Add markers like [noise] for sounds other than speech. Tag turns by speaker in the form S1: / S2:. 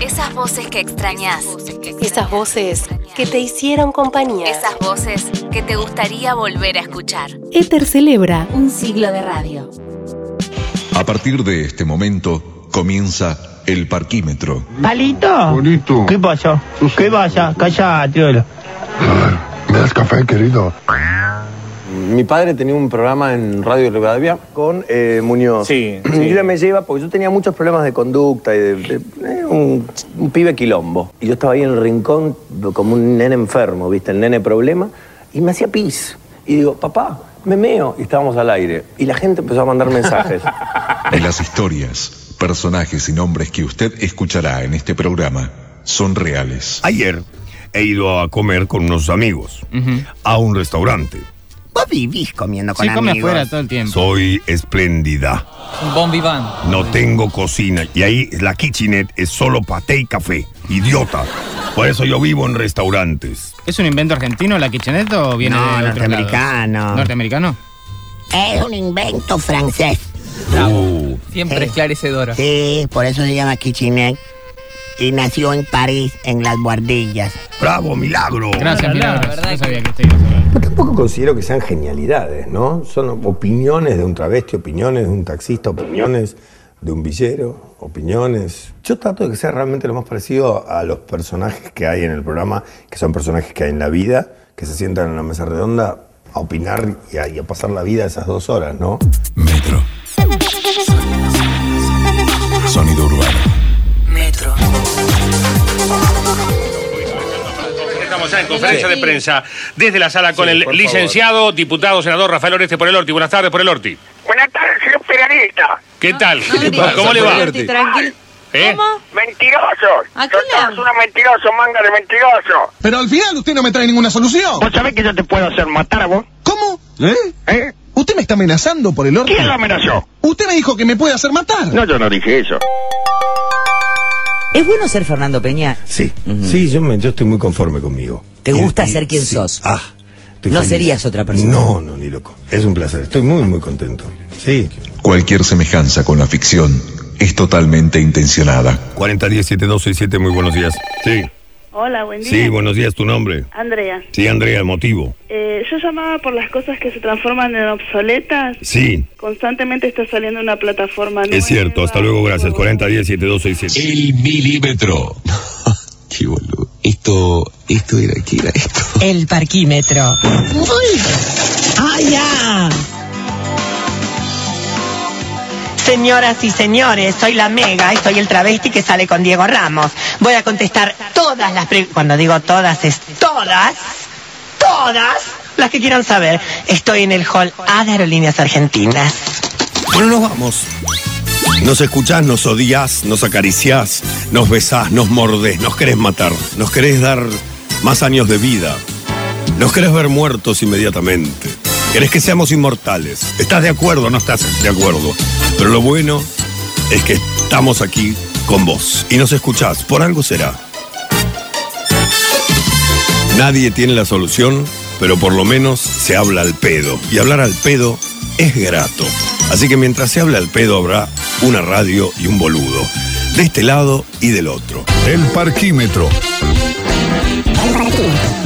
S1: Esas voces que extrañas.
S2: Esas voces que te hicieron compañía.
S1: Esas voces que te gustaría volver a escuchar.
S2: Éter celebra
S1: Un siglo de radio.
S3: A partir de este momento comienza el parquímetro.
S4: ¿Palito?
S5: Bonito.
S4: ¿Qué pasó? ¿Qué pasa? Calla, tío.
S5: ¿Me das café, querido?
S6: Mi padre tenía un programa en Radio Rivadavia con eh, Muñoz.
S7: Sí,
S6: Y
S7: sí.
S6: ella me lleva, porque yo tenía muchos problemas de conducta y de, de- eh, un, un pibe quilombo. Y yo estaba ahí en el rincón como un nene enfermo, ¿viste? El nene problema. Y me hacía pis. Y digo, papá, me meo. Y estábamos al aire. Y la gente empezó a mandar mensajes.
S3: Y las historias, personajes y nombres que usted escuchará en este programa son reales.
S8: Ayer he ido a comer con unos amigos a un restaurante. Vos vivís comiendo con
S7: Sí, come
S8: amigos.
S7: afuera todo el tiempo.
S8: Soy espléndida.
S7: Un bon vivant.
S8: No tengo cocina. Y ahí la kitchenette es solo paté y café. Idiota. Por eso yo vivo en restaurantes.
S7: ¿Es un invento argentino la kitchenette o viene
S9: No,
S7: de otros
S9: norteamericano.
S7: lados? ¿Norteamericano?
S9: Es un invento francés.
S8: Uh,
S10: Siempre
S9: Eh.
S10: esclarecedora.
S9: Sí, por eso se llama Kitchenette. Y nació en París, en las guardillas.
S8: bravo, milagro.
S7: Gracias, Milagros.
S10: verdad
S7: No
S10: que-
S7: sabía que usted iba a saber.
S6: Tampoco considero que sean genialidades, ¿no? Son opiniones de un travesti, opiniones de un taxista, opiniones de un villero, opiniones. Yo trato de que sea realmente lo más parecido a los personajes que hay en el programa, que son personajes que hay en la vida, que se sientan en una mesa redonda a opinar y a, y a pasar la vida esas dos horas, ¿no?
S3: Metro. Sonido urbano.
S11: Estamos ya en conferencia de prensa desde la sala [laughs] con el licenciado, diputado, senador Rafael Oreste por el Orti. Buenas tardes por el Orti.
S12: Buenas tardes, señor peronista.
S11: ¿Qué tal?
S13: no grites.
S11: ¿Cómo le va?
S13: Tranqui- tranquilo.
S11: ¿Eh?
S13: ¿Cómo?
S12: Mentirosos.
S13: ¿A
S12: Son
S13: qué le
S12: todos
S13: hablo?
S12: unos mentirosos, manga de mentirosos.
S14: Pero al final usted no me trae ninguna solución.
S12: ¿Vos sabés que yo te puedo hacer matar a vos?
S14: ¿Cómo?
S12: ¿Eh?
S14: ¿Usted me está amenazando por el orto?
S12: ¿Quién lo amenazó?
S14: Usted me dijo que me puede hacer matar.
S12: No, yo no dije eso.
S15: ¿Es bueno ser Fernando Peña?
S6: Sí, sí, yo, me- yo estoy muy conforme conmigo.
S15: ¿Te
S6: Y-
S15: gusta
S6: y-
S15: ser quien
S6: sí.
S15: sos?
S6: Ah, estoy
S15: No serías otra persona.
S6: No, no, ni loco. Es un placer. Estoy muy, muy contento. Sí.
S3: Cualquier semejanza con la ficción es totalmente intencionada.
S8: 40 10 7 2 6 7, muy buenos días. Sí.
S16: Hola, buen día.
S8: Sí, buenos días, tu nombre.
S16: Andrea,
S8: Sí, Andrea, el motivo.
S16: eh, yo llamaba por las cosas que se transforman en obsoletas.
S8: Sí.
S16: Constantemente está saliendo una plataforma nueva.
S8: Es cierto, hasta luego, gracias. 40 10 7 2 6 7.
S17: El milímetro. Qué boludo. Esto, esto era, ¿qué era esto?
S18: El parquímetro. ¡Ay, ya! Señoras y señores, soy la Mega y soy el travesti que sale con Diego Ramos. Voy a contestar todas las preguntas, cuando digo todas es todas, todas las que quieran saber. Estoy en el hall A de Aerolíneas Argentinas.
S8: Bueno, nos vamos. Nos escuchás, nos odias, nos acariciás, nos besás, nos mordés, nos querés matar, nos querés dar más años de vida, nos querés ver muertos inmediatamente, querés que seamos inmortales. ¿Estás de acuerdo o no estás de acuerdo? Pero lo bueno es que estamos aquí con vos y nos escuchás, por algo será. Nadie tiene la solución, pero por lo menos se habla al pedo. Y hablar al pedo es grato. Así que mientras se habla al pedo habrá una radio y un boludo. De este lado y del otro.
S3: El parquímetro.
S8: El parquímetro.